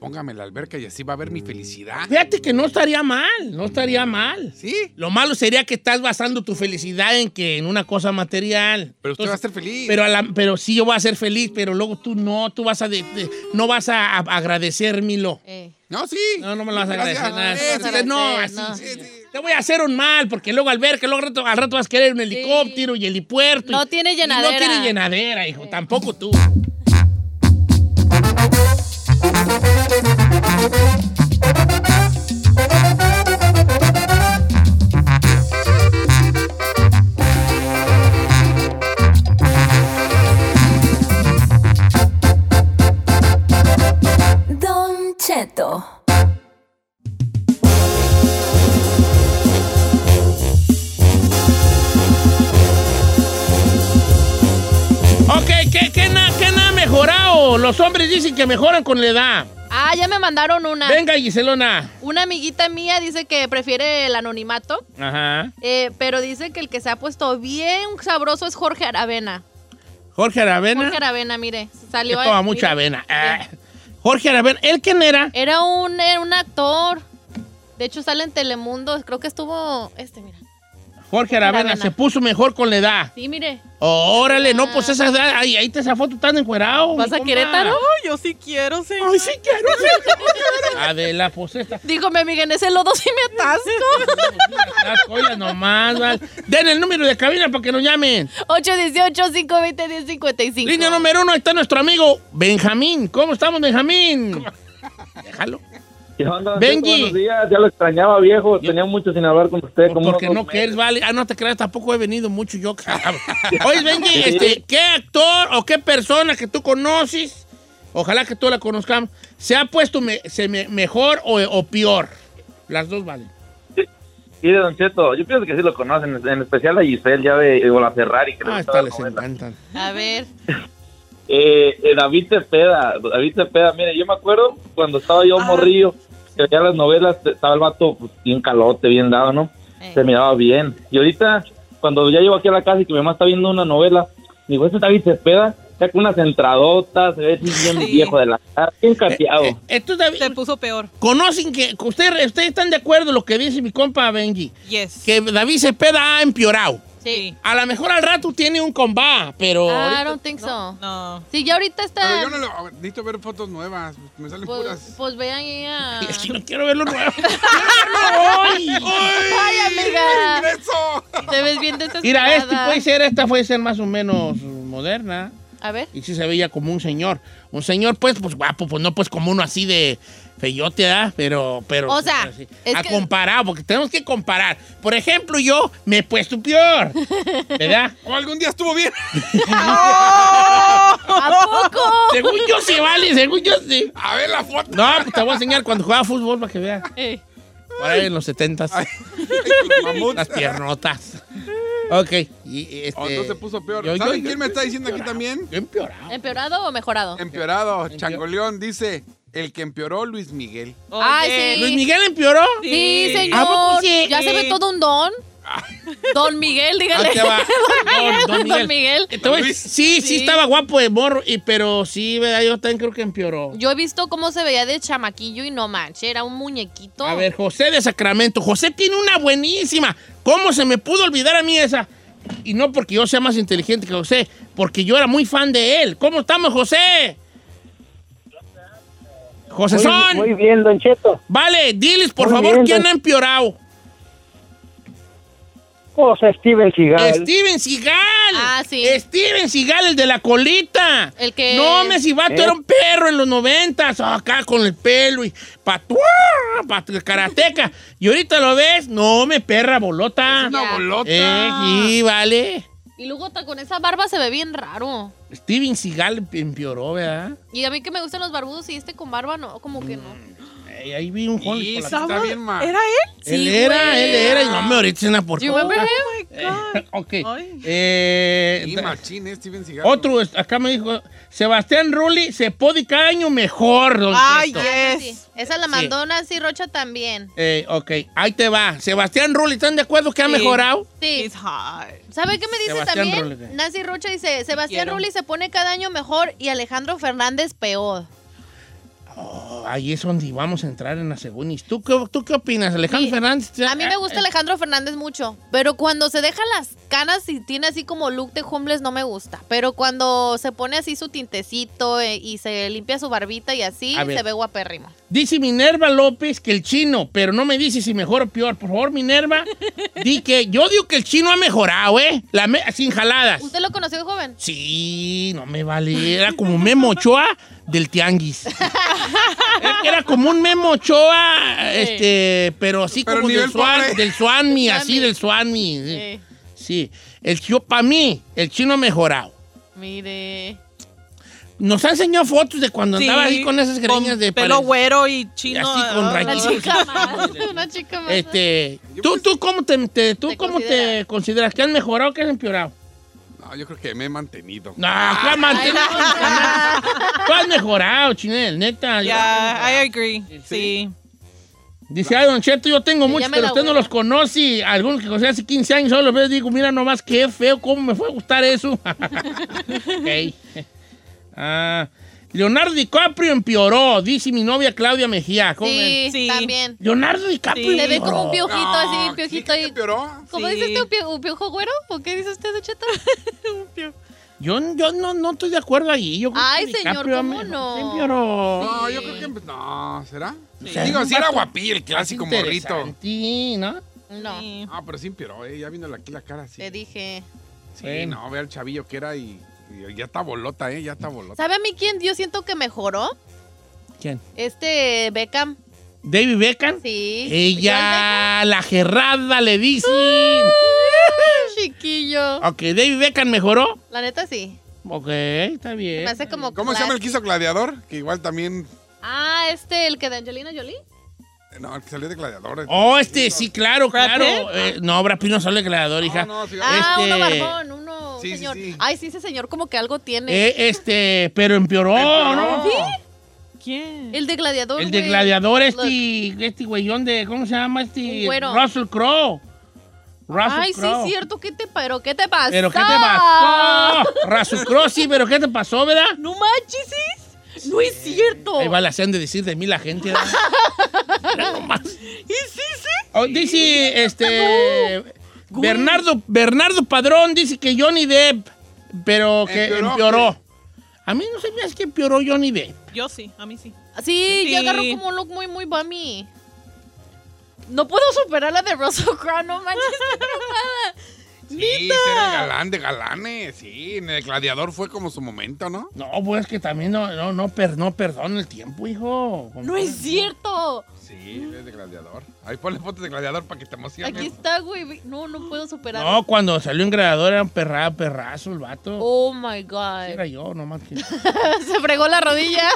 S4: Póngame la alberca y así va a ver mi felicidad.
S1: Fíjate que no estaría mal, no estaría mal.
S4: Sí,
S1: Lo malo sería que estás basando tu felicidad en que en una cosa material.
S4: pero usted
S1: Entonces,
S4: va a ser feliz.
S1: Pero, a la- pero sí, yo voy a ser feliz, pero luego tú no, tú vas a, de- de- no vas a, a- agradecérmelo.
S3: Eh.
S4: No, sí.
S1: No, no me lo vas a agradecer
S4: Gracias.
S1: nada.
S4: Eh,
S3: No,
S1: Dices, No,
S3: agradecer, no.
S1: así, sí, Te voy a hacer un mal, porque luego al ver que luego al rato, al rato vas a querer un helicóptero y helipuerto. y-
S3: No tiene
S1: y
S3: llenadera.
S1: No tiene llenadera, hijo. Tampoco tú. Güey, ¿qué, qué, na- qué na ha mejorado? Los hombres dicen que mejoran con la edad.
S3: Ah, ya me mandaron una.
S1: Venga, Giselona.
S3: Una amiguita mía dice que prefiere el anonimato,
S1: Ajá.
S3: eh, pero dice que el que se ha puesto bien sabroso es Jorge Aravena.
S1: Jorge Aravena.
S3: Jorge Aravena, mire,
S1: que
S3: salió ahí,
S1: toma mucha
S3: mire.
S1: avena. Ah. Jorge Aravena. ¿Él quién era?
S3: Era un, era un actor. De hecho, sale en Telemundo. Creo que estuvo. Este, mira.
S1: Jorge Aravena.
S3: Aravena.
S1: Se puso mejor con la edad.
S3: Sí, mire.
S1: órale, no, pues esa edad. Ahí, ahí te esa foto tan encuerado.
S3: Ah. ¿Vas
S1: mi
S3: a
S1: compa.
S3: Querétaro?
S2: Ay, yo sí quiero, señor.
S1: Ay, sí quiero, sí quiero. Adela, pues esta.
S3: Digo, mi amiga, en ese lodo sí me atasco.
S1: Las joyas nomás. val. Den el número de cabina para que nos llamen.
S3: 818-520-1055.
S1: Línea número uno, ahí está nuestro amigo Benjamín. ¿Cómo estamos, Benjamín? Déjalo.
S8: ¿Qué onda,
S1: Benji.
S8: Checo? Buenos días, ya lo extrañaba, viejo.
S1: Yo-
S8: Tenía mucho sin hablar con usted.
S1: Por-
S8: como
S1: porque
S8: unos
S1: no
S8: dos
S1: quieres,
S8: meses.
S1: vale. Ah, no te creas, tampoco he venido mucho yo. cabrón. Oye, Benji, este, ¿qué actor o qué persona que tú conoces, ojalá que tú la conozcamos, se ha puesto me- se me- mejor o, o peor? Las dos valen.
S8: Sí, Don Cheto, yo pienso que sí lo conocen, en especial a Giselle, ya ve, o la Ferrari. Que le
S1: Ah,
S8: gustaba
S1: esta les
S8: la novela.
S1: encantan.
S3: A ver.
S8: Eh, eh, David Cepeda, David Cepeda, mire, yo me acuerdo cuando estaba yo
S2: Ah.
S8: morrillo, que veía las novelas, estaba el vato pues, bien calote, bien dado, ¿no?
S3: Eh.
S8: Se miraba bien. Y ahorita, cuando ya llego aquí a la casa y que mi mamá está viendo una novela, digo, ese David Cepeda, saca unas entradotas, se ve bien
S2: Sí.
S8: viejo de la cara, bien cateado.
S1: Eh, eh, tú, David,
S2: Se puso peor.
S1: conocen que, ustedes, ustedes están de acuerdo en lo que dice mi compa Benji,
S2: Yes.
S1: que David Cepeda ha empeorado.
S3: Sí.
S1: A lo mejor al rato tiene un combate, pero...
S3: Ah, I
S1: ahorita-
S3: don't think so.
S2: No.
S3: Sí, ya ahorita
S4: Pero
S3: está.
S4: yo no lo. a ver, Necesito ver fotos nuevas. Me salen
S3: Pues,
S4: puras.
S3: pues vean ahí a.
S1: Es que no quiero verlo nuevo. ¡Quiero verlo hoy!
S3: Ay, amiga.
S4: ¡Eso!
S3: Te ves bien desesperada.
S1: Mira, este puede ser, esta puede ser más o menos moderna.
S3: A ver.
S1: Y sí se veía como un señor. Un señor, pues, pues guapo, pues no pues como uno así de feyote, ¿verdad? Pero, pero.
S3: O sea,
S1: así.
S3: es
S1: a
S3: que-
S1: comparar, porque tenemos que comparar. Por ejemplo, yo me he puesto peor. ¿Verdad?
S4: O algún día estuvo bien.
S2: Ah,
S3: ¿A poco?
S1: Según yo sí vale, según yo sí.
S4: A ver la foto.
S1: No, pues te voy a enseñar cuando jugaba fútbol para que veas.
S3: Eh.
S1: Por ahí en los 70
S4: Mamut.
S1: Las piernotas. Ok. Y, este,
S4: Oh, no se puso peor.
S1: yo- yo-
S4: ¿Saben
S1: yo-
S4: quién me está diciendo aquí
S1: empeorado.
S4: también?
S1: Yo
S3: Eh,
S1: empeorado.
S3: ¿Empeorado o mejorado?
S4: Empeorado. Changoleón dice: El que empeoró, Luis Miguel.
S3: Ay,
S1: ¿Luis Miguel empeoró?
S3: Sí,
S2: Sí.
S1: ¿A poco
S3: señor.
S1: sí?
S3: Ya se ve todo un don. Don Miguel, dígale.
S1: Ahí Ah, te va. Don,
S3: Don Miguel.
S1: Eh, te voy a-
S4: Luis.
S1: sí, sí,
S3: Sí.
S1: estaba guapo de morro, y, pero sí, ¿verdad? yo también creo que empeoró.
S3: Yo he visto cómo se veía de chamaquillo y no manches, era un muñequito.
S1: A ver, José de Sacramento. José tiene una buenísima. ¿Cómo se me pudo olvidar a mí esa? Y no porque yo sea más inteligente que José, porque yo era muy fan de él. ¿Cómo estamos, José? José Son.
S9: Muy bien, Don Cheto.
S1: Vale, diles, por
S9: Muy
S1: favor,
S9: bien,
S1: ¿quién
S9: don-
S1: ha empeorado?
S9: Cosa Steven Seagal.
S1: Steven Seagal.
S3: Ah, sí.
S1: Steven Seagal, el de la colita.
S3: El que-
S1: No, me si vato
S9: ¿Eh?
S1: era un perro en los noventas. Ah, Acá con el pelo y patuá, patu, karateca. y ahorita lo ves, no, me perra bolota.
S4: Una
S3: Ya.
S4: bolota.
S1: Eh, sí, vale.
S3: Y luego ta- con esa barba se ve bien raro.
S1: Steven Seagal em, empeoró, ¿verdad?
S3: Y a mí que me gustan los barbudos y este con barba no, como que no.
S1: Eh, ahí vi un
S4: Y
S1: Hollywood.
S4: esa- Está bien, ma.
S2: ¿Era él?
S1: Él
S3: Sí,
S1: era,
S3: güey.
S1: él era. Y no me ahorita es una
S3: Do
S1: porquería.
S3: you remember him?
S2: Oh my God.
S1: ok.
S2: Ay.
S1: Eh,
S4: Y
S1: da-
S4: machín, eh, Steven Seagal.
S1: Otro, es- acá me dijo, Sebastián Rulli se puede cada año mejor, don
S2: Ay,
S1: Cheto.
S3: Ah,
S2: yes.
S3: sí. Esa la mandó Nancy Rocha también.
S1: Eh, ok, ahí te va. Sebastián Rulli, ¿están de acuerdo que ha
S2: Sí.
S1: mejorado?
S3: Sí.
S2: It's hard.
S3: ¿Sabe qué me dice
S1: Sebastián
S3: también?
S1: Rulli.
S3: Nancy Rocha dice, Sebastián
S2: Quiero.
S3: Rulli se pone cada año mejor y Alejandro Fernández peor.
S1: Oh, ahí es donde vamos a entrar en la segunis. ¿Tú qué, tú qué opinas, Alejandro
S3: Sí.
S1: Fernández? eh,
S3: A mí me gusta Alejandro Fernández mucho, pero cuando se deja las canas y tiene así como look de homeless no me gusta. Pero cuando se pone así su tintecito eh, y se limpia su barbita y así,
S1: A ver.
S3: se ve guapérrimo.
S1: Dice Minerva López que el chino, pero no me dice si mejor o peor. Por favor, Minerva, di que yo digo que el chino ha mejorado, ¿eh? La me- sin jaladas.
S3: ¿Usted lo conoció joven?
S1: Sí, no me vale. Era como un Memo Ochoa del Tianguis. Era- Era como un Memo Ochoa, este, pero así
S4: Pero
S1: como
S4: nivel
S1: del Swan,
S4: pobre.
S1: del Swanmi, así
S3: Swanmi.
S1: del Swanmi. sí.
S3: Eh,
S1: Sí. El chino, para mí, el chino ha mejorado.
S3: mire.
S1: Nos ha enseñado fotos de cuando
S2: Sí,
S1: andaba ahí con esas greñas de
S2: pelo
S1: pared.
S2: güero y chino.
S1: Así con
S2: Ah.
S3: Una
S1: rayitos.
S3: chica más. Una chica más.
S4: pues
S1: Este, ¿tú, tú cómo te, te- tú
S3: ¿Te
S1: cómo te
S3: consideras?
S1: consideras que han mejorado o que han empeorado?
S4: No, yo creo que me he mantenido.
S1: No, ¿cuál mantenido? Tú has mejorado, chinel, neta.
S2: Yeah, I agree. Sí.
S1: Dice, ay, don Cheto, yo tengo
S3: Ya
S1: muchos,
S3: me
S1: pero
S3: la
S1: usted no
S3: huela.
S1: los conoce. Algunos que conocí hace 15 años, solo los veo y digo, mira nomás qué feo, cómo me fue a gustar eso. Ok. Ah, Leonardo DiCaprio empeoró, dice mi novia Claudia Mejía. ¿Cómo ven?
S3: Sí,
S2: Sí.
S3: también.
S1: Leonardo DiCaprio
S2: Sí.
S3: Le ve
S1: empeoró.
S3: como un piojito así, un
S4: No, ¿sí
S3: piojito
S4: que
S3: ahí.
S4: empeoró?
S3: ¿Cómo
S2: Sí.
S3: dice usted? ¿Un, pio- un piojo güero? ¿O qué dice usted, Don Cheto? un piojo.
S1: Yo, yo no, no estoy de acuerdo ahí. Yo creo
S3: Ay,
S1: que
S3: señor,
S1: DiCaprio
S3: ¿cómo
S1: me-
S3: no?
S1: Empeoró.
S4: No, yo creo que. empe- No, ¿será?
S1: Sí.
S4: Digo, si era
S1: Vato-
S4: guapí, el clásico morrito.
S1: Interesante, ¿no?
S3: No,
S2: Sí.
S4: Ah, pero sí empeoró, eh. Ya vino aquí la cara así.
S3: te dije.
S4: Sí,
S1: Bueno.
S4: no, ve al chavillo que era y, y ya está bolota, ¿eh? Ya está bolota.
S3: ¿Sabe a mí quién yo siento que mejoró?
S1: ¿Quién?
S3: Este Beckham.
S1: ¿David Beckham?
S3: Sí.
S1: Ella, la gerrada le dicen.
S3: Yo al Beckham, Chiquillo.
S4: Ah.
S1: Ok, David Beckham mejoró.
S3: La neta sí.
S1: Ok, está bien.
S3: Me hace como.
S4: Eh, ¿Cómo se llama el que hizo Gladiador? Que igual también.
S3: Ah, este, el que de Angelina Jolie.
S4: No, el que salió de Gladiador.
S1: Oh, este, sí, claro,
S2: ¿Brad
S1: claro. Eh, no, Brad Pitt no sale gladiador, hija.
S4: No, no, sí, eh,
S3: Ah,
S1: Este-
S3: uno barbón, uno
S4: Sí, sí,
S3: señor.
S4: sí.
S3: Ay, sí, ese señor como que algo tiene.
S1: Eh, este, pero empeoró, ¿no?
S2: ¿Quién?
S3: El de gladiador.
S1: El de
S3: güey.
S1: gladiador,
S3: Look.
S1: este, este güeyón de, ¿cómo se llama? Este,
S3: Un güero.
S1: Russell Crowe. Russell
S3: Ay, sí,
S1: Crowe.
S3: cierto. ¿Qué te, pero qué te pasó?
S1: ¿Pero qué te pasó? Russell Crowe, sí, pero ¿qué te pasó, verdad?
S3: No manches, ¿sí? no es cierto.
S1: Ahí va la sean de decir de mí la gente. ¿verdad? Mira nomás.
S3: ¿Y sí, sí?
S1: Oh, dice, este. Bernardo, Bernardo Padrón dice que Johnny Depp, pero que empeoró.
S4: Empeoró,
S1: A mí no se me hace que empeoró Johnny Depp.
S2: Yo sí, a mí sí.
S3: Sí,
S2: Sí.
S3: yo agarro como un look muy, muy bummy. No puedo superar la de Russell Crowe, no manches, qué preocupada.
S4: Sí, ese era el galán de galanes. Sí, en el Gladiador fue como su momento, ¿no?
S1: No, pues que también no, no, no, per- no perdona el tiempo, hijo.
S3: No es cierto.
S4: Sí, es de Gladiador. Ahí ponle fotos de Gladiador para que te emociones.
S3: Aquí está, güey. No, no puedo superar.
S1: No, cuando salió en gradador era un perra, perrazo el vato.
S3: Oh my
S1: Sí Era
S3: god.
S1: yo, nomás que.
S3: Se fregó la rodilla.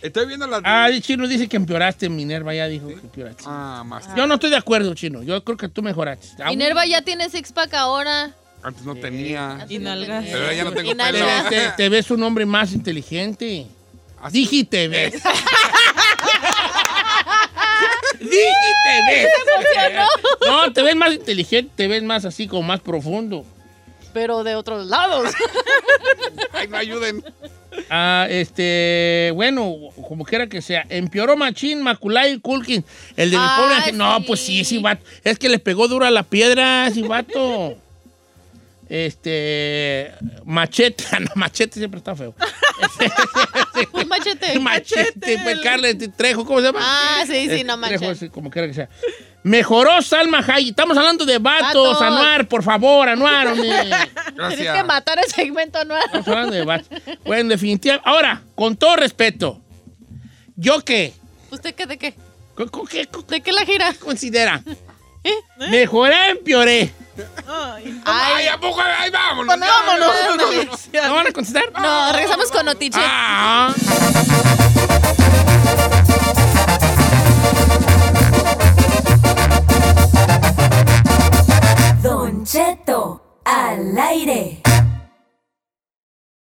S4: Estoy viendo las.
S1: Ah, el chino dice que empeoraste, Minerva ya dijo que empeoraste.
S4: Ah, más.
S1: Yo no estoy de acuerdo, chino. Yo creo que tú mejoraste. Ah, Aún-
S3: Minerva ya tiene six pack ahora.
S4: Antes no tenía.
S2: Y nalgas.
S4: Pero ya no tengo
S3: Y
S1: Te,
S3: nalgas.
S4: pelo.
S1: te- te ves un hombre más inteligente.
S4: Así-
S1: Digi te ves. Digi te ves. No, te ves más inteligente, te ves más así como más profundo.
S3: Pero de otros lados.
S4: Ay, no ayuden.
S1: Ah, este, bueno, como quiera que sea. Empeoró Machín, Maculay, Culkin. El de mi
S3: Ah,
S1: pobre Ángel. No,
S3: sí.
S1: pues sí, sí, vato. Es que le pegó dura la piedra, sí, vato. Este, machete, no, machete siempre está feo.
S3: Un machete.
S1: Machete, pues Carles Trejo, ¿cómo se llama?
S3: Ah, sí, sí,
S1: Eh,
S3: no
S1: Trejo,
S3: manches.
S1: sí, como quiera que sea. Mejoró Salma Hayek. Estamos hablando de vatos,
S3: Vatos.
S1: Anuar, por favor, Anuar. hombre.
S3: Tienes que
S4: Gracias.
S3: matar el segmento, ¿no?
S1: Estamos hablando de vatos. Bueno, definitivamente. Ahora, con todo respeto, ¿yo qué?
S3: ¿Usted qué de qué?
S1: ¿Cu- cu- ¿Qué, cu-
S3: ¿De qué la gira?
S1: considera? Mejoré, empeoré.
S2: Ay.
S4: Ay,
S3: Ay,
S4: ¿a poco? Ahí vámonos. ya,
S2: Vámonos.
S1: ¿No van a considerar?
S3: no, regresamos con noticias.
S1: Ah.
S5: Don Cheto al aire.